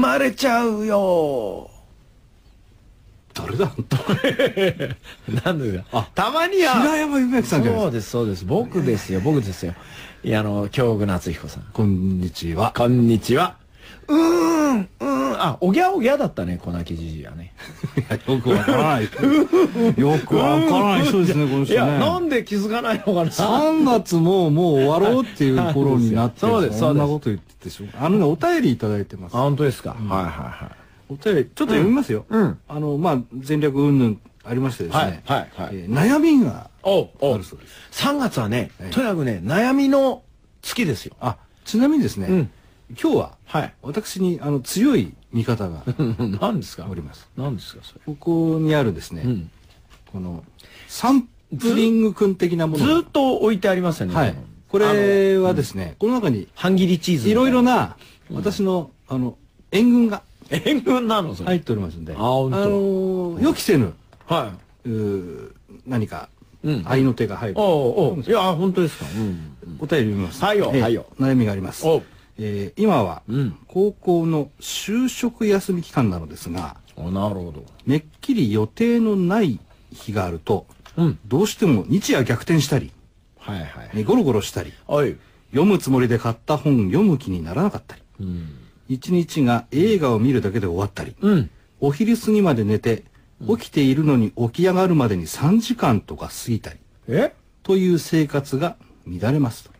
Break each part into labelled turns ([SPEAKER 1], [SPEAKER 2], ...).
[SPEAKER 1] バレちゃうよ
[SPEAKER 2] 誰だ
[SPEAKER 3] なんでだ
[SPEAKER 2] あ
[SPEAKER 3] たまには
[SPEAKER 2] 平山夢明さんじゃない
[SPEAKER 3] そ
[SPEAKER 2] で
[SPEAKER 3] うですそうです僕ですよ僕ですよいやあの京極夏彦さん
[SPEAKER 2] すかこんにちは
[SPEAKER 3] こんにちはうーんうーんあおぎゃおぎゃだったね小泣きじじいはね
[SPEAKER 2] よくわからない人 よくわからない人ですねこの
[SPEAKER 3] い
[SPEAKER 2] 人
[SPEAKER 3] やな
[SPEAKER 2] ね
[SPEAKER 3] んで気づかないのかな
[SPEAKER 2] 3月ももう終わろうっていう頃になっ て
[SPEAKER 3] そうですそうです
[SPEAKER 2] んなこと言っててしょあのねお便りいただいてます
[SPEAKER 3] あ本当ですか、はいはいはい
[SPEAKER 2] お便りちょっと読みますよ、
[SPEAKER 3] うん
[SPEAKER 2] あのまあ前略云々ありましてですね、
[SPEAKER 3] はいはいはい
[SPEAKER 2] えー悩みが
[SPEAKER 3] おうお
[SPEAKER 2] あ
[SPEAKER 3] う
[SPEAKER 2] るそうです
[SPEAKER 3] 3月はね、
[SPEAKER 2] ええ
[SPEAKER 3] とにかくね悩みの月ですよ
[SPEAKER 2] あちなみにですね、
[SPEAKER 3] うん
[SPEAKER 2] 今日は
[SPEAKER 3] はい
[SPEAKER 2] 私にあの強い味方が
[SPEAKER 3] 何ですか
[SPEAKER 2] おります
[SPEAKER 3] 何ですかそれ
[SPEAKER 2] ここにあるですね、
[SPEAKER 3] うん
[SPEAKER 2] このサンプリング君的なも
[SPEAKER 3] ず
[SPEAKER 2] のが
[SPEAKER 3] ーっと置いてありますよね
[SPEAKER 2] はいこれはですね、この中に
[SPEAKER 3] 半切りチーズ
[SPEAKER 2] いろいろ
[SPEAKER 3] な
[SPEAKER 2] な私の、あの援軍が
[SPEAKER 3] 援軍なのそれ
[SPEAKER 2] 入っておりますんで、
[SPEAKER 3] あ本当
[SPEAKER 2] のー予期せぬ
[SPEAKER 3] は
[SPEAKER 2] うー何か
[SPEAKER 3] うん
[SPEAKER 2] 愛の手が入
[SPEAKER 3] い
[SPEAKER 2] る、
[SPEAKER 3] おうおういや本当ですかうん
[SPEAKER 2] お便り読みます
[SPEAKER 3] はいよ
[SPEAKER 2] えー
[SPEAKER 3] はいよ
[SPEAKER 2] 悩みがあります
[SPEAKER 3] おう、
[SPEAKER 2] えー今は
[SPEAKER 3] うん
[SPEAKER 2] 高校の就職休み期間なのですが
[SPEAKER 3] あなるほど
[SPEAKER 2] めっきり予定のない日があると、
[SPEAKER 3] うん
[SPEAKER 2] どうしても日夜逆転したり、
[SPEAKER 3] はいはい
[SPEAKER 2] えーゴロゴロしたり
[SPEAKER 3] はい
[SPEAKER 2] 読むつもりで買った本読む気にならなかったり
[SPEAKER 3] うん
[SPEAKER 2] 一日が映画を見るだけで終わったり、
[SPEAKER 3] うん
[SPEAKER 2] お昼過ぎまで寝て起きているのに起き上がるまでに3時間とか過ぎたり
[SPEAKER 3] え
[SPEAKER 2] という生活が乱れますと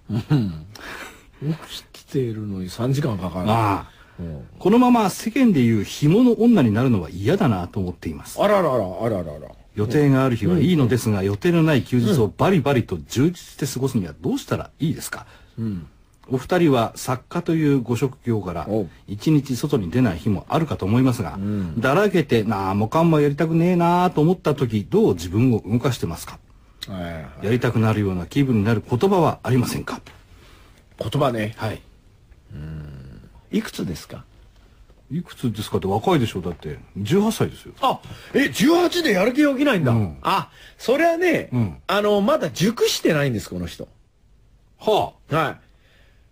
[SPEAKER 3] 起きているのに3時間かかる
[SPEAKER 2] ああ
[SPEAKER 3] うん
[SPEAKER 2] このまま世間でいう紐の女になるのは嫌だなと思っています
[SPEAKER 3] あらららあららら
[SPEAKER 2] 予定がある日はいいのですが、予定のない休日をバリバリと充実して過ごすにはどうしたらいいですか、
[SPEAKER 3] うん
[SPEAKER 2] お二人は作家というご職業から
[SPEAKER 3] おう
[SPEAKER 2] 一日外に出ない日もあるかと思いますが、
[SPEAKER 3] ん
[SPEAKER 2] だらけてなあもかんもやりたくねえなあと思った時どう自分を動かしてますか
[SPEAKER 3] はいはい
[SPEAKER 2] やりたくなるような気分になる言葉はありませんか
[SPEAKER 3] 言葉ね
[SPEAKER 2] はい
[SPEAKER 3] いくつですか
[SPEAKER 2] いくつですかって若いでしょだって18歳ですよ
[SPEAKER 3] あえ18でやる気が起きないんだ、
[SPEAKER 2] うん
[SPEAKER 3] あそれはね、
[SPEAKER 2] うん
[SPEAKER 3] あのまだ熟してないんですこの人
[SPEAKER 2] は
[SPEAKER 3] はい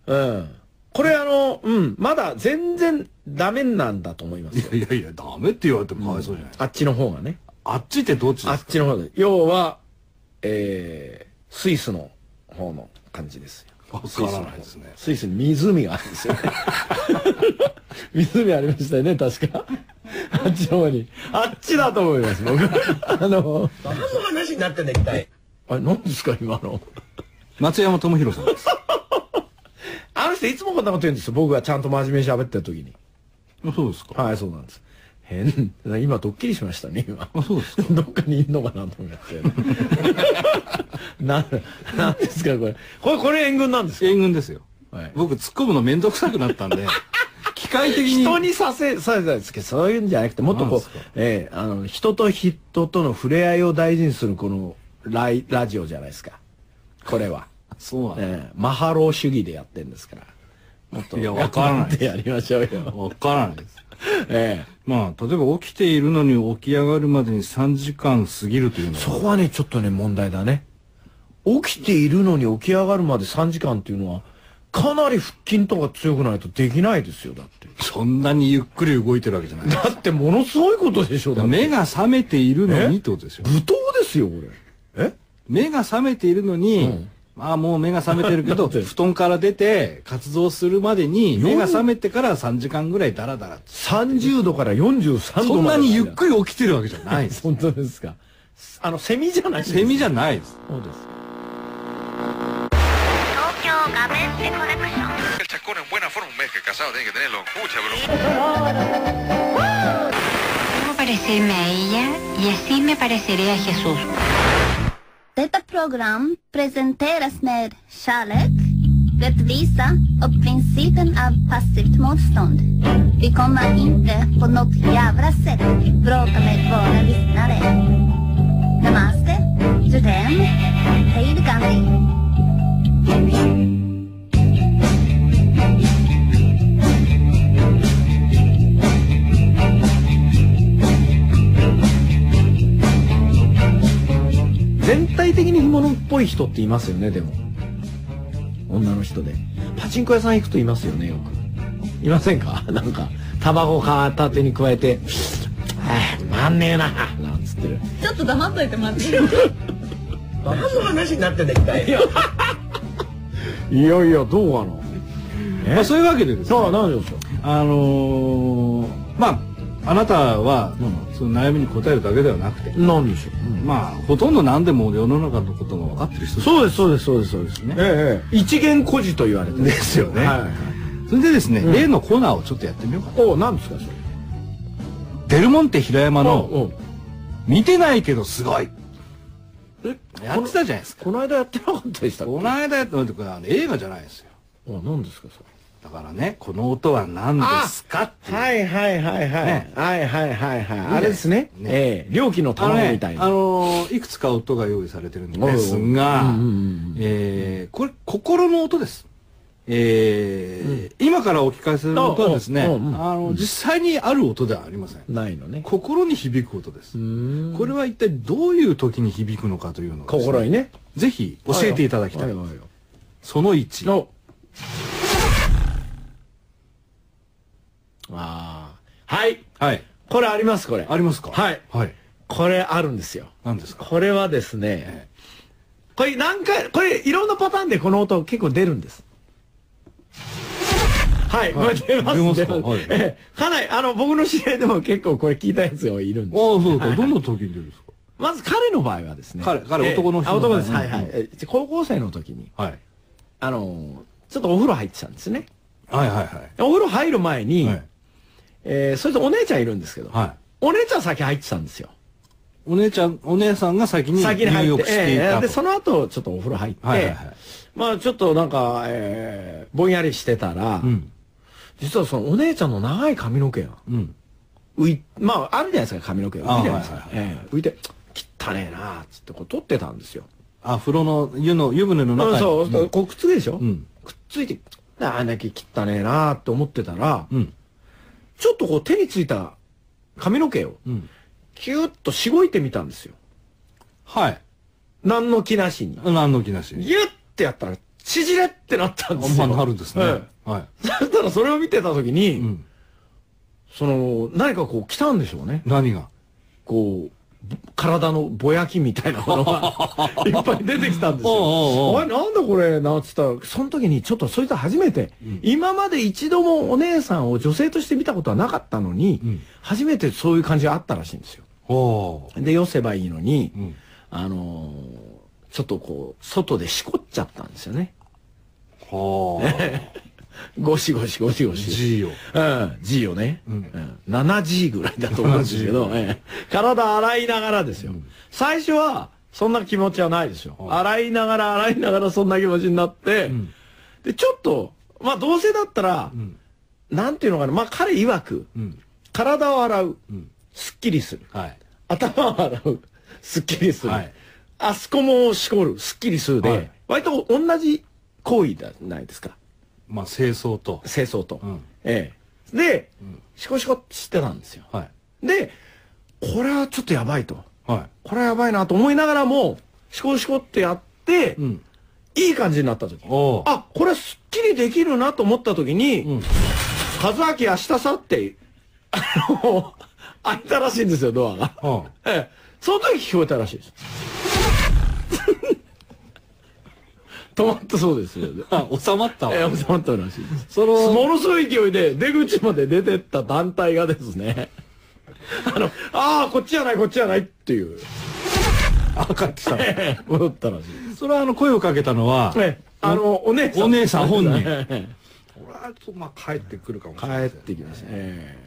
[SPEAKER 3] うんこれあのうんまだ全然ダメなんだと思います
[SPEAKER 2] い
[SPEAKER 3] よ
[SPEAKER 2] やいやいやダメって言われてもかわいそうじゃないです か、
[SPEAKER 3] あっちの方がね
[SPEAKER 2] あっちってどっち
[SPEAKER 3] あ
[SPEAKER 2] で
[SPEAKER 3] っ
[SPEAKER 2] すか
[SPEAKER 3] ちの方で要はえー、スイスの方の感じですよ
[SPEAKER 2] わからないですね
[SPEAKER 3] スイスに湖があるん ですよね湖ありましたよね確かあっちの方にあっちだと思います僕 あの
[SPEAKER 1] 何の話になってんだ一体
[SPEAKER 3] あれ何ですか今の
[SPEAKER 2] 松山智博さんです
[SPEAKER 3] あの人いつもこんなこと言うんですよ僕がちゃんと真面目に喋ってる時に
[SPEAKER 2] そうですか
[SPEAKER 3] はいそうなんです変 な今ドッキリしましたね今
[SPEAKER 2] あそうですか
[SPEAKER 3] どっかにいんのかなと思って ななんですかこれこれこれ援軍なんですか
[SPEAKER 2] 援軍ですよ、
[SPEAKER 3] はい
[SPEAKER 2] 僕突っ込むの面倒くさくなったん で機械的に
[SPEAKER 3] 人にさせさせたんですけどそういうんじゃなくてもっと
[SPEAKER 2] なん
[SPEAKER 3] こ
[SPEAKER 2] です
[SPEAKER 3] う
[SPEAKER 2] か、
[SPEAKER 3] ええあの人と人との触れ合いを大事にするこのライラジオじゃないですかこれは、
[SPEAKER 2] そうなんだ、
[SPEAKER 3] ええマハロー主義でやってるんですからもっと
[SPEAKER 2] いやわからない
[SPEAKER 3] 頑張ってやりましょうよ、
[SPEAKER 2] わからないです
[SPEAKER 3] ええ
[SPEAKER 2] まあ例えば起きているのに起き上がるまでに3時間過ぎるというのは
[SPEAKER 3] そこはね、ちょっとね、問題だね。起きているのに起き上がるまで3時間っていうのは、かなり腹筋とか強くないとできないですよ、だって。
[SPEAKER 2] そんなにゆっくり動いてるわけじゃない
[SPEAKER 3] だってものすごいことでしょ、だって
[SPEAKER 2] 目が覚めているのに
[SPEAKER 3] え
[SPEAKER 2] ってことですよ
[SPEAKER 3] 武闘ですよ、これ。え
[SPEAKER 2] 目が覚めているのに、まあもう目が覚めてる けど
[SPEAKER 3] だって
[SPEAKER 2] 布団から出て活動するまでに
[SPEAKER 3] 夜
[SPEAKER 2] 目が覚めてから3時間ぐらいダラダラ
[SPEAKER 3] ?30 度から43
[SPEAKER 2] そ
[SPEAKER 3] 度
[SPEAKER 2] ん
[SPEAKER 3] まで。
[SPEAKER 2] なにゆっくり起きてるわけじゃない
[SPEAKER 3] は
[SPEAKER 2] で
[SPEAKER 3] い、
[SPEAKER 2] す
[SPEAKER 3] 本当ですか。あの、セミじゃない
[SPEAKER 2] セミじ
[SPEAKER 3] ゃ
[SPEAKER 2] ゃないです
[SPEAKER 3] そうです。
[SPEAKER 4] 東京ガベンテコレクション
[SPEAKER 5] El chacón en buena forma, un mes que casado tiene que tenerlo. Mucha broma.
[SPEAKER 4] Debo parecerme a ella y así me pareceré a Jesús.
[SPEAKER 6] Detta program presenteras med kärlek, rättvisa och principen av passivt motstånd. Vi kommer inte på något jävla sätt bråka med våra lyssnare. Namaste, Judem, Hej Gandhi.
[SPEAKER 3] 全体的に干物っぽい人っていますよねでも女の人でパチンコ屋さん行くといますよねよくいませんか なんか
[SPEAKER 7] タバコ片手に加えて「ああまんねえな」なんつってる
[SPEAKER 8] ちょっと黙っといて待って
[SPEAKER 1] 何の話になってんだ一体
[SPEAKER 3] いやいやどうかな
[SPEAKER 2] まあそういうわけでですね
[SPEAKER 3] さあ何でしょう
[SPEAKER 2] あのーまああなたは、その悩みに答えるだけではなくて、
[SPEAKER 3] 何でしょ
[SPEAKER 2] まあほとんど何でも世の中のことが分かってる人
[SPEAKER 3] うそうですそうですそうですそうです
[SPEAKER 2] ね
[SPEAKER 3] ええええ一元孤児と言われてる
[SPEAKER 2] ですよね
[SPEAKER 3] はいはい
[SPEAKER 2] それでですね、例のコーナーをちょっとやってみようかな
[SPEAKER 3] おう何ですかそれ
[SPEAKER 2] デルモンテ平山の
[SPEAKER 3] おう
[SPEAKER 2] 「見てないけどすごい
[SPEAKER 3] おう」
[SPEAKER 2] やってたじゃないですか
[SPEAKER 3] この間やってなかったでしたっけ
[SPEAKER 2] この間やったのとかあの映画じゃないですよ
[SPEAKER 3] あ何ですかそれ
[SPEAKER 2] だからねこの音は何ですかっていう
[SPEAKER 3] はいはいはいはい、
[SPEAKER 2] ね
[SPEAKER 3] はいはいはいはい
[SPEAKER 2] ね
[SPEAKER 3] あれですね
[SPEAKER 2] ね
[SPEAKER 3] ええ料金の
[SPEAKER 2] あの
[SPEAKER 3] 卵
[SPEAKER 2] ね
[SPEAKER 3] みたい
[SPEAKER 2] あ
[SPEAKER 3] な、
[SPEAKER 2] のーいくつか音が用意されてるんですが、
[SPEAKER 3] おうおううんうんうん
[SPEAKER 2] えーこれ心の音です。えー今からお聞かせする音はですね、あ
[SPEAKER 3] おうおううんうん
[SPEAKER 2] の実際にある音ではありません。
[SPEAKER 3] ないのね
[SPEAKER 2] 心に響く音です
[SPEAKER 3] う。ーん
[SPEAKER 2] これは一体どういう時に響くのかというのをですね、
[SPEAKER 3] 心にね
[SPEAKER 2] ぜひ教えていただきたい。
[SPEAKER 3] ははは
[SPEAKER 2] その1。
[SPEAKER 3] おああはい
[SPEAKER 2] はい。
[SPEAKER 3] これありますこれ
[SPEAKER 2] ありますか
[SPEAKER 3] はい
[SPEAKER 2] はい。
[SPEAKER 3] これあるんですよ
[SPEAKER 2] 何ですか
[SPEAKER 3] これはですねこれ何回これいろんなパターンでこの音結構出るんですはい、これ出ます
[SPEAKER 2] 出ますか
[SPEAKER 3] 出ます
[SPEAKER 2] はい
[SPEAKER 3] ええかなりあの僕の知り合いでも結構これ聞いたやつがいるん
[SPEAKER 2] ああ、
[SPEAKER 3] です
[SPEAKER 2] そうか。どんな時に出るんですか
[SPEAKER 3] まず彼の場合はですね
[SPEAKER 2] 彼彼
[SPEAKER 3] ええ
[SPEAKER 2] 男の人
[SPEAKER 3] あ男です
[SPEAKER 2] の場合
[SPEAKER 3] はいはいええ高校生の時に
[SPEAKER 2] はい。
[SPEAKER 3] あのちょっとお風呂入ってたんですね
[SPEAKER 2] はいはいはい。
[SPEAKER 3] お風呂入る前に、
[SPEAKER 2] はい
[SPEAKER 3] えーそれとお姉ちゃんいるんですけど、
[SPEAKER 2] はい
[SPEAKER 3] お姉ちゃん先入ってたんですよ。
[SPEAKER 2] お姉ちゃん、お姉さんが先に
[SPEAKER 3] 先に入
[SPEAKER 2] 入
[SPEAKER 3] って
[SPEAKER 2] 浴してい
[SPEAKER 3] え
[SPEAKER 2] た
[SPEAKER 3] ー
[SPEAKER 2] と。
[SPEAKER 3] で、その後、ちょっとお風呂入って、
[SPEAKER 2] はいはいはい
[SPEAKER 3] まあちょっとなんか、えーぼんやりしてたら、
[SPEAKER 2] うん。
[SPEAKER 3] 実はそのお姉ちゃんの長い髪の毛が、
[SPEAKER 2] うん。
[SPEAKER 3] 浮い、まああるじゃないですか、髪の毛が浮いてるじゃないですか
[SPEAKER 2] あ。はい
[SPEAKER 3] えー浮いて、汚ねえなっつってこう取ってたんですよ。
[SPEAKER 2] あ、風呂の、湯の、湯船の中
[SPEAKER 3] うん
[SPEAKER 2] に。
[SPEAKER 3] そう、こうくっつくでしょ、
[SPEAKER 2] うん
[SPEAKER 3] くっついて、あんだけ汚ねえなって思ってたら、
[SPEAKER 2] うん。
[SPEAKER 3] ちょっとこう手についた髪の毛を、
[SPEAKER 2] うん。
[SPEAKER 3] キューッとしごいてみたんですよ。
[SPEAKER 2] はい。
[SPEAKER 3] 何の気なしに。
[SPEAKER 2] 何の気なし。
[SPEAKER 3] ギュッてやったら、縮れってなったんです
[SPEAKER 2] まあ
[SPEAKER 3] よ。
[SPEAKER 2] なるんですね。
[SPEAKER 3] え
[SPEAKER 2] は
[SPEAKER 3] えそしたらそれを見てた時に、
[SPEAKER 2] い。うん。
[SPEAKER 3] その、何かこう来たんでしょうね。
[SPEAKER 2] 何が
[SPEAKER 3] こう、ぼ体のぼやきみたいなもの がいっぱい出てきたんですよ。
[SPEAKER 2] おうおうおう
[SPEAKER 3] おい、なんだこれ、なんつったら、その時にちょっとそいつは初めて、今まで一度もお姉さんを女性として見たことはなかったのに、
[SPEAKER 2] うん
[SPEAKER 3] 初めてそういう感じがあったらしいんですよ。
[SPEAKER 2] おー
[SPEAKER 3] で、寄せばいいのに、
[SPEAKER 2] うん。
[SPEAKER 3] あのーちょっとこう、外でしこっちゃったんですよね。
[SPEAKER 2] おー。
[SPEAKER 3] ゴシゴシゴシゴシ。
[SPEAKER 2] G を。
[SPEAKER 3] うん、G よね。
[SPEAKER 2] うん
[SPEAKER 3] ん 7G ぐらいだと思うんですけど、ええ体洗いながらですよ。最初は、そんな気持ちはないですよ。
[SPEAKER 2] はい
[SPEAKER 3] 洗いながら洗いながらそんな気持ちになって、
[SPEAKER 2] ん
[SPEAKER 3] で、ちょっと、まあ、どうせだったら、
[SPEAKER 2] ん
[SPEAKER 3] なんていうのかな、まあ、彼曰く、
[SPEAKER 2] うん。
[SPEAKER 3] 体を洗う、
[SPEAKER 2] ん
[SPEAKER 3] すっきりする。
[SPEAKER 2] はい。
[SPEAKER 3] 頭を洗う、すっきりする。
[SPEAKER 2] はい
[SPEAKER 3] あそこもしこる、すっきりするで、
[SPEAKER 2] はい
[SPEAKER 3] 割と同じ行為じゃないですか。
[SPEAKER 2] まあ清掃と。
[SPEAKER 3] 清掃と。
[SPEAKER 2] うん
[SPEAKER 3] ええ。で、シコシコってしてたんですよ。
[SPEAKER 2] はい。
[SPEAKER 3] で、これはちょっとやばいと。
[SPEAKER 2] は
[SPEAKER 3] これはやばいなと思いながらも、シコシコってやって、
[SPEAKER 2] い。うん。
[SPEAKER 3] いい感じになった時。
[SPEAKER 2] おー。
[SPEAKER 3] あ、これはすっきりできるなと思った時に、
[SPEAKER 2] ん
[SPEAKER 3] 和明明日去って、あの、開いたらしいんですよ、ドアが。
[SPEAKER 2] うん。
[SPEAKER 3] ええ、その時聞こえたらしいです。 止まったそうですよ。
[SPEAKER 2] あ、収まったわ。
[SPEAKER 3] ええ、収まったらしいです。
[SPEAKER 2] その
[SPEAKER 3] ものすごい勢いで出口まで出てった団体がですね、 あの、ああ、こっちじゃない、こっちじゃないっていう、
[SPEAKER 2] あ、帰ってきた。
[SPEAKER 3] ええ 戻ったらしいです。
[SPEAKER 2] それはあの声をかけたのは、
[SPEAKER 3] ええあの、お姉さん。
[SPEAKER 2] お姉さん本人
[SPEAKER 3] ええ
[SPEAKER 2] これはちょっとまあ帰ってくるかもし
[SPEAKER 3] 帰
[SPEAKER 2] れない。
[SPEAKER 3] ってきました。ええ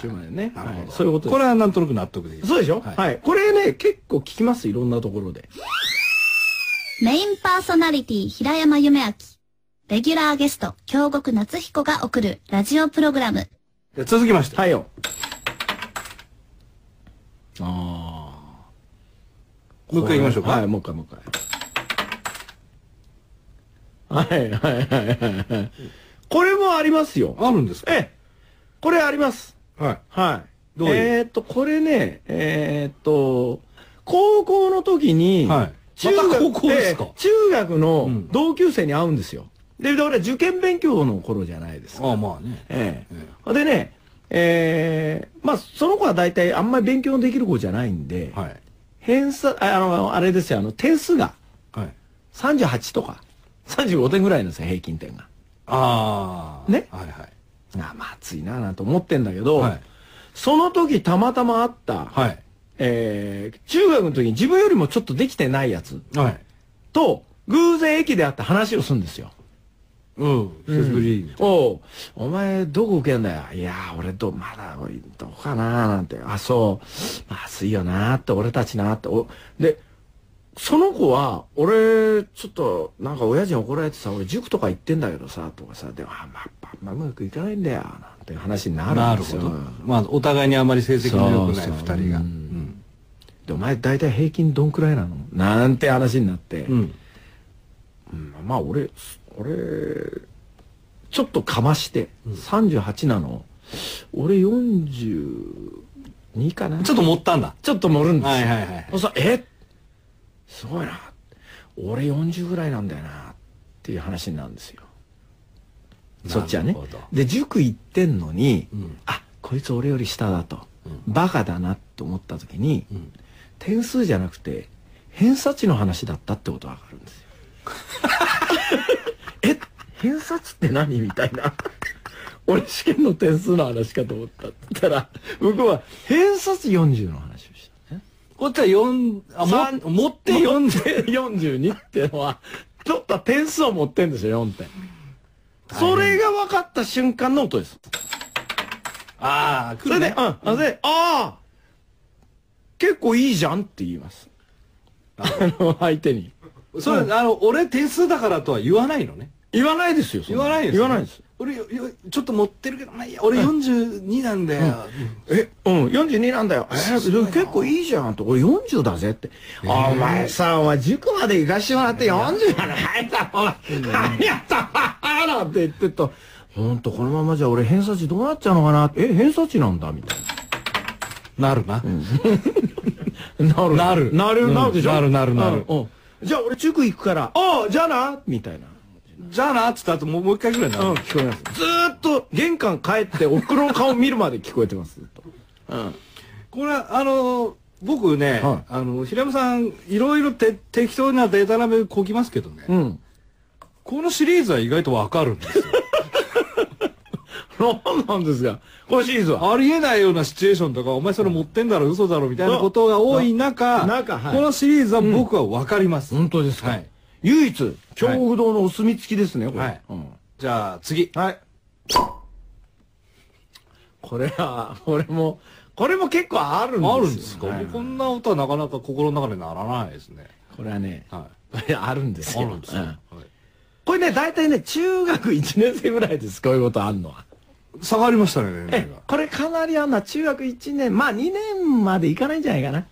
[SPEAKER 3] 途中までね。
[SPEAKER 2] なる
[SPEAKER 3] は
[SPEAKER 2] ほ
[SPEAKER 3] い
[SPEAKER 2] ど。
[SPEAKER 3] そういうこと
[SPEAKER 2] こ
[SPEAKER 3] で
[SPEAKER 2] れはなんとなく納得できる。
[SPEAKER 3] す。そうでしょ
[SPEAKER 2] はい
[SPEAKER 3] はい。これね、結構聞きます、いろんなところで。
[SPEAKER 6] メインパーソナリティ、平山夢明。レギュラーゲスト、京極夏彦が送るラジオプログラム。
[SPEAKER 2] で続きまして。
[SPEAKER 3] はいよ。ああ。
[SPEAKER 2] もう一回行きましょうか。
[SPEAKER 3] はい、もう一回もう一回。はいはいはいはいはい。これもありますよ。
[SPEAKER 2] あるんですか
[SPEAKER 3] ええ。これあります。
[SPEAKER 2] はい。
[SPEAKER 3] はい。
[SPEAKER 2] どういう
[SPEAKER 3] えーっと、これね、えーっと、高校の時に、
[SPEAKER 2] はい
[SPEAKER 3] 中
[SPEAKER 2] また
[SPEAKER 3] 学
[SPEAKER 2] 高校ですか
[SPEAKER 3] ええ中学の
[SPEAKER 2] ん
[SPEAKER 3] 同級生に会うんですよ。で、俺は受験勉強の頃じゃないですか。
[SPEAKER 2] ああ、まあね。
[SPEAKER 3] ええ
[SPEAKER 2] え
[SPEAKER 3] でね、えー、まあ、その子は大体あんまり勉強のできる子じゃないんで、
[SPEAKER 2] はい。
[SPEAKER 3] 偏差、ああの、あれですよ、あの、点数が
[SPEAKER 2] はい。
[SPEAKER 3] 38とか、35点ぐらいなんですよ、平均点が。
[SPEAKER 2] ああ。
[SPEAKER 3] ね
[SPEAKER 2] はいはい。
[SPEAKER 3] あ、まあ、暑いなぁなんて思ってんだけど、
[SPEAKER 2] はい
[SPEAKER 3] その時たまたまあった、
[SPEAKER 2] はい。
[SPEAKER 3] えー、中学の時に自分よりもちょっとできてないやつ
[SPEAKER 2] はい。
[SPEAKER 3] と、偶然駅で会って話をするんですよ。
[SPEAKER 2] うん。久しぶり。
[SPEAKER 3] おうお前、どこ受けんだよ。いやー、俺ど、まだ、俺、どこかなーなんて。あ、そう。まあ、暑いよなーって、俺たちなーって。おで、その子は、俺、ちょっと、なんか親父に怒られてさ、俺塾とか行ってんだけどさ、とかさ、でも、あ、まあ、まあまあうまくいかないんだよ、なんて話にな
[SPEAKER 2] な
[SPEAKER 3] るん
[SPEAKER 2] る
[SPEAKER 3] です
[SPEAKER 2] ほ
[SPEAKER 3] よ。
[SPEAKER 2] ど。まあ、お互いにあまり成績の良くない
[SPEAKER 3] そう
[SPEAKER 2] 二
[SPEAKER 3] そう
[SPEAKER 2] 人が。
[SPEAKER 3] う
[SPEAKER 2] うんん。
[SPEAKER 3] で、お前、大体平均どんくらいなのなんて話になって。
[SPEAKER 2] うん。
[SPEAKER 3] うんまあ俺す俺ちょっとかまして、38なの俺42かな
[SPEAKER 2] ちょっと持ったんだ。
[SPEAKER 3] ちょっと盛るんですよ、
[SPEAKER 2] はいはいはいはい
[SPEAKER 3] そしたらえすごいな俺40ぐらいなんだよなっていう話になるんですよそっちはね
[SPEAKER 2] なるほど
[SPEAKER 3] で塾行ってんのに、
[SPEAKER 2] うん
[SPEAKER 3] あこいつ俺より下だと、バカだなと思った時に、
[SPEAKER 2] ん
[SPEAKER 3] 点数じゃなくて偏差値の話だったってことが分かるん ですよえ偏差値って何みたいな俺試験の点数の話かと思ったって言ったら向こうは偏差値40の話をしたの ね
[SPEAKER 2] こっちは四、あ、
[SPEAKER 3] 三
[SPEAKER 2] も、持って 四で。
[SPEAKER 3] で42っていうのは取った点数を持ってんですよ4点それが分かった瞬間の音です
[SPEAKER 2] ああ、
[SPEAKER 3] そ
[SPEAKER 2] 来
[SPEAKER 3] れ
[SPEAKER 2] る
[SPEAKER 3] で、
[SPEAKER 2] ね
[SPEAKER 3] う。ん、それで、ああ結構いいじゃんって言います。 あの、相手に。
[SPEAKER 2] それ、あの、俺点数だからとは言わないのね。
[SPEAKER 3] 言わないですよ、そん
[SPEAKER 2] 言わないです
[SPEAKER 3] 言わないです。。
[SPEAKER 2] 俺、よよちょっと持ってるけど、まあいいや、俺42なんだよ。
[SPEAKER 3] え、うん、42なんだよ。えー、結構いいじゃんと。俺40だぜって。お前さ、お前塾まで行かしてもらって40じゃないだろ。何やったわなんて言ってっと。ほんと、このままじゃ俺偏差値どうなっちゃうのかなえ、偏差値なんだみたい
[SPEAKER 2] なるな。
[SPEAKER 3] な。なる
[SPEAKER 2] なる
[SPEAKER 3] なる、なるでしょ
[SPEAKER 2] なるなるなる
[SPEAKER 3] うんうんじゃあ俺塾行くから、ああ、じゃあなみたいな。
[SPEAKER 2] じゃあな、っつった後、もうもう一回ぐらいにな
[SPEAKER 3] うん、
[SPEAKER 2] る。
[SPEAKER 3] 聞こえます。ずーっと玄関帰って、おふくろの顔見るまで聞こえてます。ずっと
[SPEAKER 2] これは、あの、僕ね、
[SPEAKER 3] はい
[SPEAKER 2] あの、平山さん、いろいろて適当なデータ並べこきますけどね、
[SPEAKER 3] うん。
[SPEAKER 2] このシリーズは意外とわかるん ですよ。
[SPEAKER 3] そうなんですが、今シーズンは。
[SPEAKER 2] ありえないようなシチュエーションとか、お前それ持ってんだろ、嘘だろ、みたいなことが多い中、
[SPEAKER 3] うん中はい
[SPEAKER 2] このシリーズは僕はわかります。
[SPEAKER 3] 本当ですか。
[SPEAKER 2] はい。
[SPEAKER 3] 唯一、京極堂のお墨付きですね、これ。
[SPEAKER 2] はい
[SPEAKER 3] うん
[SPEAKER 2] じゃあ、次。
[SPEAKER 3] はい。これは、これも、これも結構あるんですよ
[SPEAKER 2] あるんですか、
[SPEAKER 3] はい
[SPEAKER 2] こんな音はなかなか心の中でならないですね。
[SPEAKER 3] これはね、
[SPEAKER 2] は
[SPEAKER 3] これあるんです
[SPEAKER 2] い。あ
[SPEAKER 3] よ。
[SPEAKER 2] るんですよ。
[SPEAKER 3] う
[SPEAKER 2] は
[SPEAKER 3] んこれね、大体ね、中学1年生ぐらいです、こういうことあるのは。
[SPEAKER 2] い下がりましたね、年
[SPEAKER 3] え
[SPEAKER 2] 齢が。
[SPEAKER 3] これかなりあんな中学1年まあ2年までいかないんじゃないかな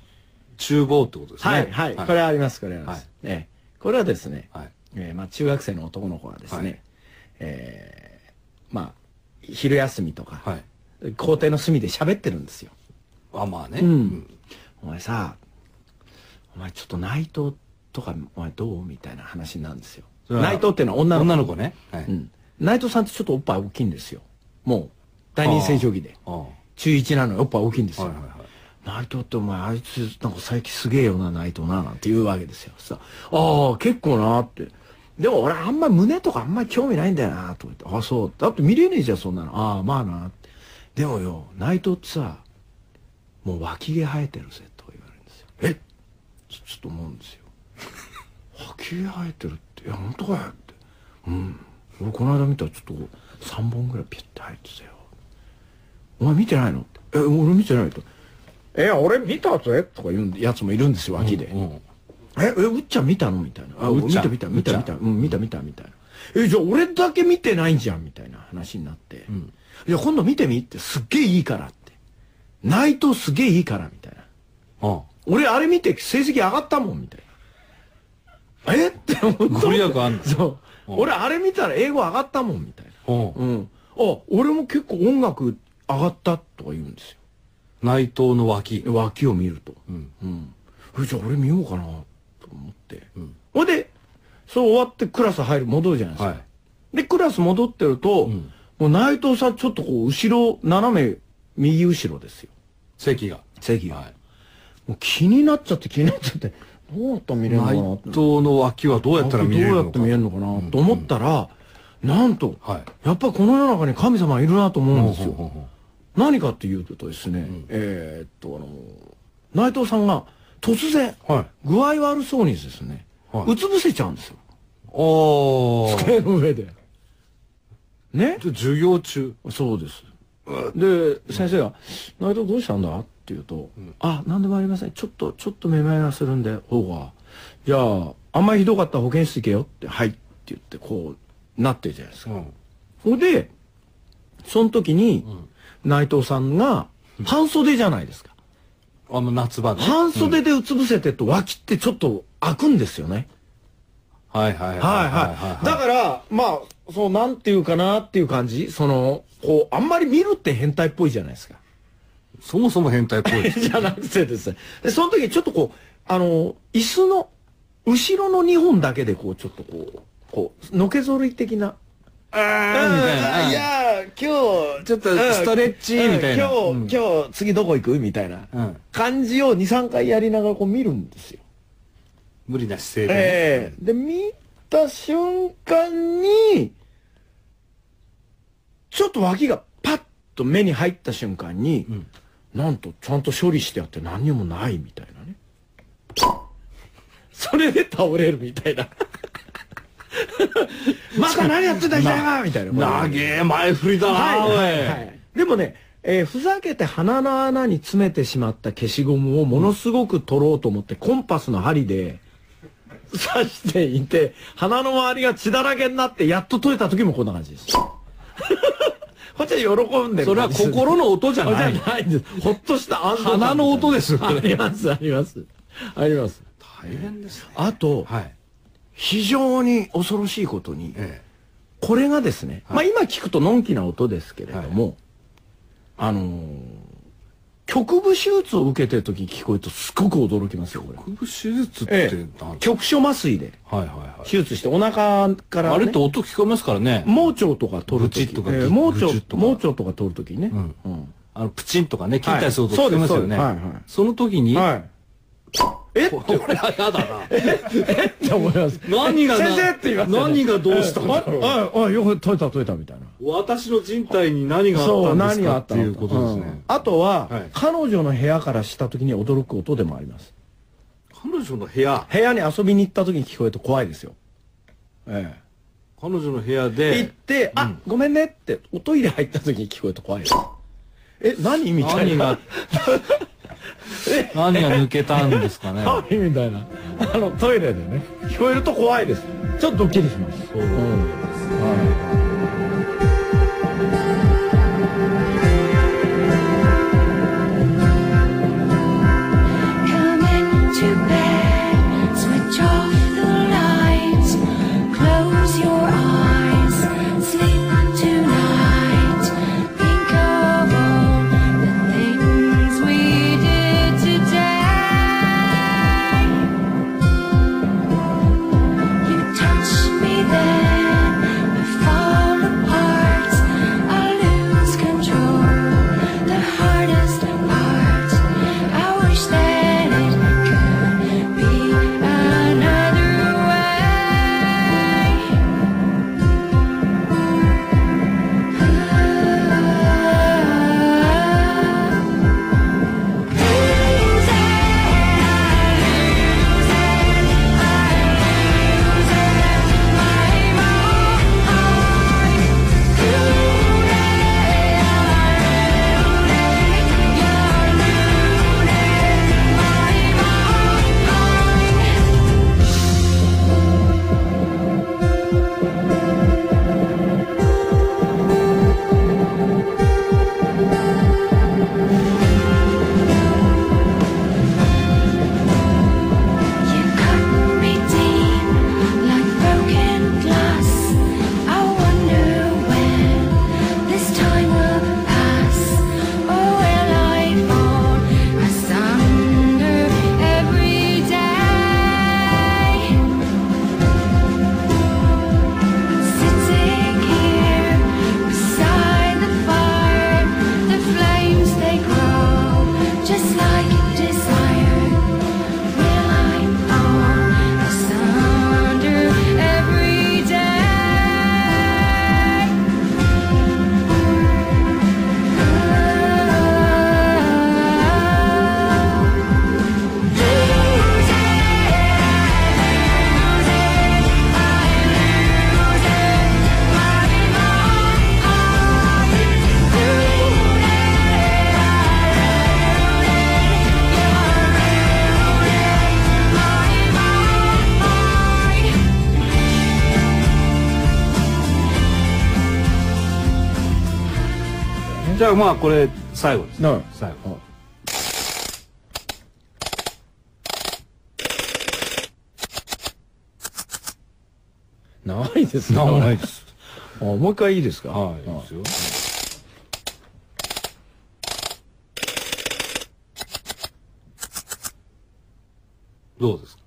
[SPEAKER 2] 厨房ってことですね。
[SPEAKER 3] はいはい、これはありますこれはあります、ええこれはですね、
[SPEAKER 2] はい
[SPEAKER 3] えーまあ、中学生の男の子はですね、
[SPEAKER 2] はい
[SPEAKER 3] えーまあ昼休みとか、
[SPEAKER 2] はい。
[SPEAKER 3] 校庭の隅で喋ってるんですよ、
[SPEAKER 2] あ、まあね。
[SPEAKER 3] うんお前さお前ちょっと内藤とかお前どうみたいな話になるんですよ
[SPEAKER 2] それは
[SPEAKER 3] 内藤っていうのは女の子
[SPEAKER 2] 女の子ね。はい。
[SPEAKER 3] うん、内藤さんってちょっとおっぱい大きいんですよもう第二戦勝期で
[SPEAKER 2] ああ
[SPEAKER 3] 中1なのにおっぱい大きいんですよ、
[SPEAKER 2] はいはいはい
[SPEAKER 3] 内藤ってお前あいつなんか最近すげえよな内藤ななんて言うわけですよさああ結構なってでも俺あんま胸とかあんまり興味ないんだよなと思ってああそうだって見れねえじゃんそんなのああまあなってでもよ内藤ってさもう脇毛生えてるぜとか言われるんですよえちょちょっと思うんですよ 脇毛生えてるっていや本当かよってうん俺この間見たらちょっと3本ぐらいピュッて生えてたよお前見てないのえ、俺見てないと。え、俺見たぜとか言うやつもいるんですよ、脇で。
[SPEAKER 2] うん
[SPEAKER 3] え、え、うっちゃん見たのみたいな。あ、
[SPEAKER 2] う
[SPEAKER 3] う
[SPEAKER 2] っちゃ
[SPEAKER 3] 見
[SPEAKER 2] ん
[SPEAKER 3] た見た見た見た。うん、見た見たみたいな。え、じゃあ俺だけ見てないんじゃんみたいな話になって。じゃあ今度見てみって、すっげえいいからって。内藤すげえいいからみたいな。
[SPEAKER 2] あ
[SPEAKER 3] 俺あれ見て成績上がったもんみたいな。えって思った。
[SPEAKER 2] ご利益あんの
[SPEAKER 3] そう。俺あれ見たら英語上がったもんみたいな。
[SPEAKER 2] あ。うん
[SPEAKER 3] うん。あ、俺も結構音楽上がったとか言うんです
[SPEAKER 2] 内藤の脇。
[SPEAKER 3] よ。脇を見ると。
[SPEAKER 2] うん。
[SPEAKER 3] うん。えじゃあ俺見ようかなと思って。ほ、んで、そう終わってクラス入る、戻るじゃないですか。
[SPEAKER 2] はい。
[SPEAKER 3] で、クラス戻ってると、
[SPEAKER 2] ん
[SPEAKER 3] もう内藤さんちょっとこう、後ろ斜め右後ろですよ。
[SPEAKER 2] 席が。
[SPEAKER 3] 席が
[SPEAKER 2] はい
[SPEAKER 3] もう気になっちゃって気になっちゃって、どうやったら見れるのかなっ
[SPEAKER 2] 内
[SPEAKER 3] て。
[SPEAKER 2] 藤の脇はどうやったら見れる
[SPEAKER 3] どうや
[SPEAKER 2] の
[SPEAKER 3] って
[SPEAKER 2] か。
[SPEAKER 3] 見えるのかなと思ったら、なんと、
[SPEAKER 2] はい
[SPEAKER 3] やっぱこの世の中に神様いるなと思うんです
[SPEAKER 2] ほうほう
[SPEAKER 3] よ。
[SPEAKER 2] ほう
[SPEAKER 3] 何かっていうとですね、えーっと、あの、内藤さんが突然、
[SPEAKER 2] はい
[SPEAKER 3] 具合悪そうにですね、
[SPEAKER 2] はいう
[SPEAKER 3] つ伏せちゃうんですよ。
[SPEAKER 2] ほう。ああ。
[SPEAKER 3] 机の上で。ね
[SPEAKER 2] ちょ授業中。
[SPEAKER 3] そうです。で、先生が、内藤どうしたんだって言うと、あ、なんでもありません。ちょっと、ちょっとめまいがするんで、ほうが、じゃあ、あんまりひどかったら保健室行けよって、はいって言って、こう、なってるじゃないですか。ほ、んで、その時に、内藤さんが、半袖じゃないですか。
[SPEAKER 2] あの夏場の。
[SPEAKER 3] 半袖でうつ伏せてると、脇ってちょっと開くんですよね。
[SPEAKER 2] はいはいは
[SPEAKER 3] は
[SPEAKER 2] い
[SPEAKER 3] いはい。だから、まあ、そう、なんていうかなっていう感じ。その、こう、あんまり見るって変態っぽいじゃないですか。
[SPEAKER 2] そもそも変態っぽいです。
[SPEAKER 3] じゃなくてですね。で、その時ちょっとこう、あの、椅子の、後ろの2本だけでこう、ちょっとこう、こう、のけぞり的な。ああ、いやー、今日、ちょっと
[SPEAKER 2] ストレッチみたいな
[SPEAKER 3] 今日、今日、次どこ行くみたいな
[SPEAKER 2] うん
[SPEAKER 3] 感じを2、3回やりながらこう見るんですよ。
[SPEAKER 2] 無理な姿勢でね。
[SPEAKER 3] ええで、見た瞬間に、ちょっと脇がパッと目に入った瞬間に、なんとちゃんと処理してあって何にもないみたいなね。 それで倒れるみたいな。また何やってんだ北山みたいな。
[SPEAKER 2] 長え前振りだな、おい。
[SPEAKER 3] はいはいでもね、えーふざけて鼻の穴に詰めてしまった消しゴムをものすごく取ろうと思って、コンパスの針で刺していて、鼻の周りが血だらけになって、やっと取れた時もこんな感じです。こっちは喜んでる
[SPEAKER 2] それは
[SPEAKER 3] 感じです
[SPEAKER 2] 心の音じゃ
[SPEAKER 3] じ
[SPEAKER 2] な
[SPEAKER 3] ゃ
[SPEAKER 2] い。
[SPEAKER 3] ないんです。ほっとした安堵感
[SPEAKER 2] 鼻の音ですよ
[SPEAKER 3] あります、あります。あります。
[SPEAKER 2] 大変ですね。
[SPEAKER 3] あと、
[SPEAKER 2] はい。
[SPEAKER 3] 非常に恐ろしいことに、
[SPEAKER 2] え
[SPEAKER 3] これがですね、まあ今聞くとのんきな音ですけれども、あのー局部手術を受けてる時に聞こえるとすっごく驚きますよ、これ。
[SPEAKER 2] え。手術って
[SPEAKER 3] え
[SPEAKER 2] なん
[SPEAKER 3] え、局所麻酔で
[SPEAKER 2] はいはいは
[SPEAKER 3] 手術してお腹か
[SPEAKER 2] い。
[SPEAKER 3] ら、
[SPEAKER 2] あ
[SPEAKER 3] ね、
[SPEAKER 2] れって音聞こえますからね。
[SPEAKER 3] 盲腸とか取る
[SPEAKER 2] ブチッ
[SPEAKER 3] 時
[SPEAKER 2] とか
[SPEAKER 3] ええ
[SPEAKER 2] ブ
[SPEAKER 3] 盲
[SPEAKER 2] ブチッ
[SPEAKER 3] 腸
[SPEAKER 2] とか
[SPEAKER 3] 盲腸とか取る時にね、うん
[SPEAKER 2] あの、プチンとかね、切ったりする音聞こえますよね。
[SPEAKER 3] はいそうですそうですはいはい
[SPEAKER 2] その時に、
[SPEAKER 3] はいえっ
[SPEAKER 2] ここれはやだな。
[SPEAKER 3] て思います
[SPEAKER 2] 何がな
[SPEAKER 3] 先生って言いますよね
[SPEAKER 2] 何がどうしたんだろう
[SPEAKER 3] あああよく取れた取れたみたいな
[SPEAKER 2] 私の人体に何が
[SPEAKER 3] そ
[SPEAKER 2] あ
[SPEAKER 3] う
[SPEAKER 2] ったんです
[SPEAKER 3] 何が
[SPEAKER 2] か
[SPEAKER 3] あ
[SPEAKER 2] っ
[SPEAKER 3] ってたの
[SPEAKER 2] いうことです
[SPEAKER 3] うん
[SPEAKER 2] ね。
[SPEAKER 3] あとは、
[SPEAKER 2] はい
[SPEAKER 3] 彼女の部屋からした時に驚く音でもあります
[SPEAKER 2] 彼女の部屋、
[SPEAKER 3] 部屋に遊びに行った時に聞こえると怖いですよえ
[SPEAKER 2] 彼女の部屋
[SPEAKER 3] え
[SPEAKER 2] で
[SPEAKER 3] 行っ、て、あごめんねっておトイレ入った時に聞こえると怖いですえ何みたい
[SPEAKER 2] 何
[SPEAKER 3] な
[SPEAKER 2] が、何が抜けたんですかね。
[SPEAKER 3] 何みたいなあのトイレでね聞こえると怖いですちょっとドッキリします
[SPEAKER 2] そう
[SPEAKER 9] You touch me then before
[SPEAKER 2] じゃあまあこれ最後ですね
[SPEAKER 3] はい
[SPEAKER 2] 最後
[SPEAKER 3] 長いですね。
[SPEAKER 2] なんもないです
[SPEAKER 3] あもう一回いいですか
[SPEAKER 2] はいいいですよどうですか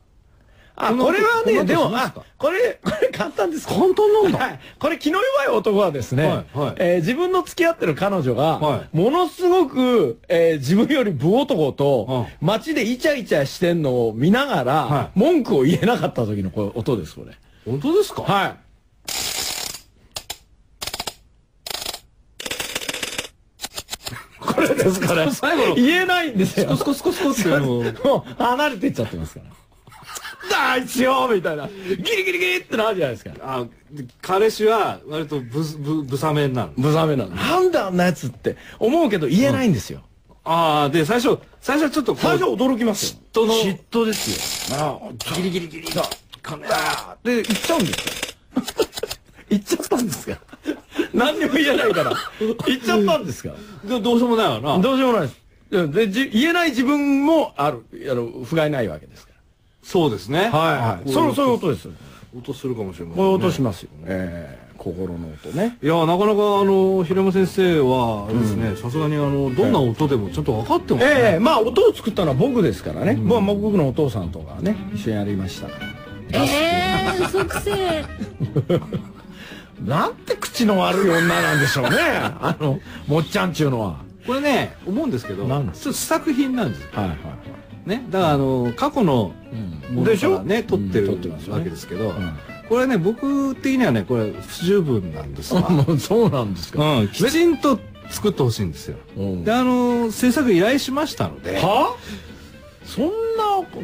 [SPEAKER 3] あ、これは
[SPEAKER 2] こん
[SPEAKER 3] ね、
[SPEAKER 2] な音
[SPEAKER 3] で
[SPEAKER 2] し
[SPEAKER 3] も、
[SPEAKER 2] ます
[SPEAKER 3] あ
[SPEAKER 2] か、
[SPEAKER 3] これ、これ簡単です。
[SPEAKER 2] 簡単なんだ
[SPEAKER 3] はい。これ気の弱い男はですね、
[SPEAKER 2] はいはい
[SPEAKER 3] えー自分の付き合ってる彼女が、
[SPEAKER 2] はい
[SPEAKER 3] ものすごく、えー自分より部男と、
[SPEAKER 2] う
[SPEAKER 3] 街でイチャイチャしてんのを見ながら、
[SPEAKER 2] はい
[SPEAKER 3] 文句を言えなかった時のこれ音です、これ。
[SPEAKER 2] 本当ですか
[SPEAKER 3] はい。これです、これ。
[SPEAKER 2] 最後の
[SPEAKER 3] 言えないんですよ。
[SPEAKER 2] コスコスコスコっていうのを
[SPEAKER 3] もう離れていっちゃってますから。あいつよみたいな。ギリギリギリってなるじゃないですか。
[SPEAKER 2] あで彼氏は割とぶすぶぶさめになる
[SPEAKER 3] 無ざめなの。なんであんなやつって思うけど言えないんですよ。
[SPEAKER 2] ああで最初最初はちょっとこう
[SPEAKER 3] 最初驚きますよ。
[SPEAKER 2] 人の
[SPEAKER 3] 嫉妬ですよ。ああ、ギリギリギリ。だ、金だ。で、行っちゃうんですよ。行っちゃったんですか何にも言えないから。行っちゃったんですか
[SPEAKER 2] どどうしようもないわな
[SPEAKER 3] どうしようもないですで。で、じ言えない自分もある、あの、不甲斐ないわけですか
[SPEAKER 2] そうですね
[SPEAKER 3] ら。はいはい。そ、
[SPEAKER 2] そうろそ
[SPEAKER 3] そういう
[SPEAKER 2] ろ
[SPEAKER 3] 音ですよ。
[SPEAKER 2] 音するかもしれない、ね、
[SPEAKER 3] こういう音しますよ。ええ、心の音ね。
[SPEAKER 2] いやなかなかあの平山先生はあれですねさすがにあのどんな音でもちょっと分かってますね、
[SPEAKER 3] ええ、まあ音を作ったのは僕ですからね。僕はもう僕のお父さんとかね、一緒にやりましたから。
[SPEAKER 8] えー、嘘くせえ。
[SPEAKER 3] なんて口の悪い女なんでしょうね。あの、もっちゃんちゅうのは。
[SPEAKER 2] これね思うんですけどちょ
[SPEAKER 3] 何
[SPEAKER 2] っ
[SPEAKER 3] です
[SPEAKER 2] と試作品なんですよ
[SPEAKER 3] はいはい
[SPEAKER 2] ねだからあの過去のもの
[SPEAKER 3] でし
[SPEAKER 2] から
[SPEAKER 3] ょ
[SPEAKER 2] ね撮って
[SPEAKER 3] う
[SPEAKER 2] る
[SPEAKER 3] ん撮ってますよね
[SPEAKER 2] わけですけど、
[SPEAKER 3] ん
[SPEAKER 2] これね僕的にはねこれ不十分なんですわ、
[SPEAKER 3] はい。 そうなんですか。
[SPEAKER 2] うん、きちんと作ってほしいんですよ
[SPEAKER 3] うん
[SPEAKER 2] であの制作依頼しましたので
[SPEAKER 3] はそんな、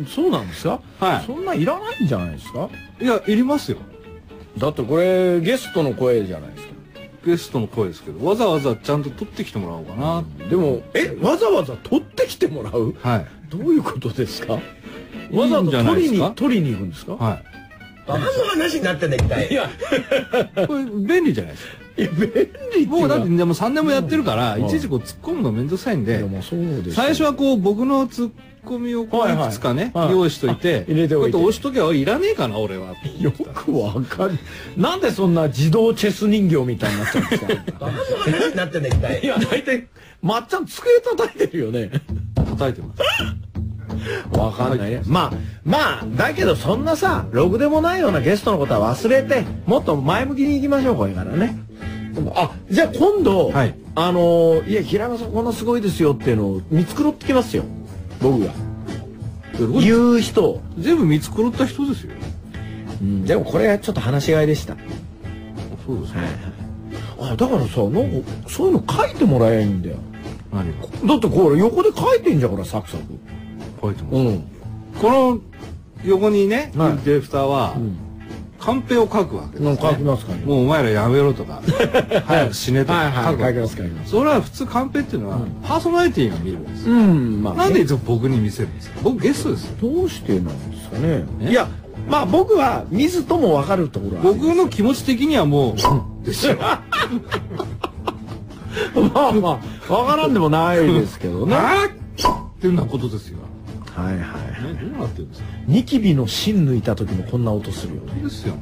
[SPEAKER 3] そうなんですか
[SPEAKER 2] はい
[SPEAKER 3] そんないらないんじゃないですか
[SPEAKER 2] いやいりますよ
[SPEAKER 3] だってこれ、ゲストの声じゃないですか。
[SPEAKER 2] ゲストの声ですけどわざわざちゃんと撮ってきてもらおうかな、
[SPEAKER 3] でも、え、わざわざ取ってきてもらう
[SPEAKER 2] はい
[SPEAKER 3] どういうことですか
[SPEAKER 2] いい
[SPEAKER 3] わざわ
[SPEAKER 2] んじ
[SPEAKER 3] ざ
[SPEAKER 2] ゃない
[SPEAKER 3] 取
[SPEAKER 2] で
[SPEAKER 3] り
[SPEAKER 2] す
[SPEAKER 3] に、
[SPEAKER 2] か
[SPEAKER 3] 取りに行くんですか
[SPEAKER 2] は
[SPEAKER 1] 何の話になってんだ一体
[SPEAKER 2] いこれ便利じゃないですか
[SPEAKER 3] いや、便利
[SPEAKER 2] もうだって
[SPEAKER 3] い
[SPEAKER 2] でも3年もやってるから、いちいちこう突っ込むのめんどくさいんで
[SPEAKER 3] や、、もうそうですよ
[SPEAKER 2] 最初はこう僕の突っ込みをこう
[SPEAKER 3] はい
[SPEAKER 2] い
[SPEAKER 3] はい
[SPEAKER 2] くつかね、
[SPEAKER 3] はい
[SPEAKER 2] 用意しといて、
[SPEAKER 3] 入れておいて
[SPEAKER 2] こうやって押しときゃいらねえかな、俺は。
[SPEAKER 3] よくわかる。なんでそんな自動チェス人形みたいになっちゃうんですか
[SPEAKER 1] 何の話になってんだ一体
[SPEAKER 3] いや、大体、まっちゃん机叩いてるよね。
[SPEAKER 2] 叩いてます。
[SPEAKER 3] わかんないね。まあ、まあ、だけどそんなさ、ろくでもないようなゲストのことは忘れて、もっと前向きに行きましょう、これからね。あ、じゃあ今度、
[SPEAKER 2] はい
[SPEAKER 3] あのー、いや、平山さんこんなすごいですよっていうのを見繕ってきますよ。僕が。言う人を。
[SPEAKER 2] 全部見繕った人ですよ。
[SPEAKER 3] うんでもこれはちょっと話し合いでした。
[SPEAKER 2] そうですね。
[SPEAKER 3] あ、だからさ、なんか、そういうの書いてもらえばいいんだよ。
[SPEAKER 2] 何が
[SPEAKER 3] だってこれ横で書いてんじゃん、これ、サクサク。
[SPEAKER 2] 書いてます。
[SPEAKER 3] うん。
[SPEAKER 2] この横にね、
[SPEAKER 3] はい
[SPEAKER 2] ディレクターは、カンペを書くわけです、
[SPEAKER 3] なん
[SPEAKER 2] ね。
[SPEAKER 3] か書きますかね。
[SPEAKER 2] もうお前らやめろ とか、早く死ねとか、
[SPEAKER 3] はいはい
[SPEAKER 2] 書くわけ
[SPEAKER 3] 書きます書きます
[SPEAKER 2] それは普通カンペっていうのは、パーソナリティが見るんですよ。
[SPEAKER 3] うん、まあ、
[SPEAKER 2] なんでいつも僕に見せるんですか僕ゲストですよ。
[SPEAKER 3] どうしてなんですかね。
[SPEAKER 2] ね
[SPEAKER 3] いや、まあ僕は見ずともわかるところはある。
[SPEAKER 2] 僕の気持ち的にはもう、ですよ。
[SPEAKER 3] まあまあ、わからんでもないですけどね。 は
[SPEAKER 2] あっていうようなことですよ。
[SPEAKER 3] いはい。
[SPEAKER 2] ね、どうなってるんですか
[SPEAKER 3] ニキビの芯抜いた時もこんな音するよね。
[SPEAKER 2] ですよ。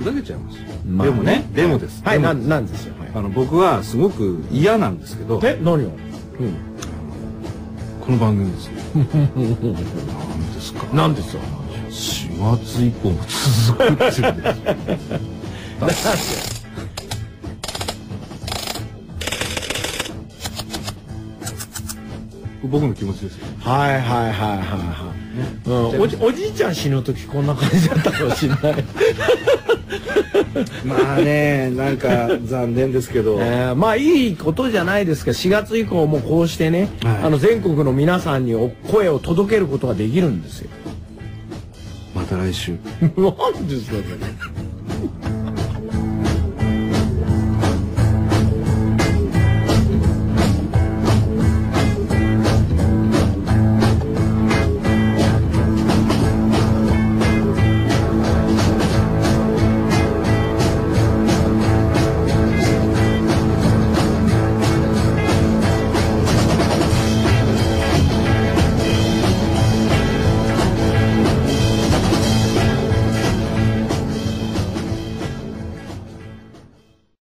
[SPEAKER 2] 砕けちゃいますよ。
[SPEAKER 3] まあ
[SPEAKER 2] でもね、でもです。
[SPEAKER 3] はい、
[SPEAKER 2] で
[SPEAKER 3] な
[SPEAKER 2] も
[SPEAKER 3] ん、なんですよ。はい
[SPEAKER 2] あの、僕はすごく嫌なんですけど、
[SPEAKER 3] え、何を
[SPEAKER 2] この番 組ですよ。なんですか
[SPEAKER 3] なんですよ。
[SPEAKER 2] 4月以降も続くっていうんですよ。僕の気持ちですよ。
[SPEAKER 3] はいはいはいはいはい。うん、おじおじいちゃん死ぬ時こんな感じだったかもしれない。
[SPEAKER 2] まあね、なんか残念ですけ ど
[SPEAKER 3] えーまあいいことじゃないですか4月以降もこうしてね、
[SPEAKER 2] はい
[SPEAKER 3] あの全国の皆さんにお声を届けることができるんですよ
[SPEAKER 2] また来週。
[SPEAKER 3] なんですかそれ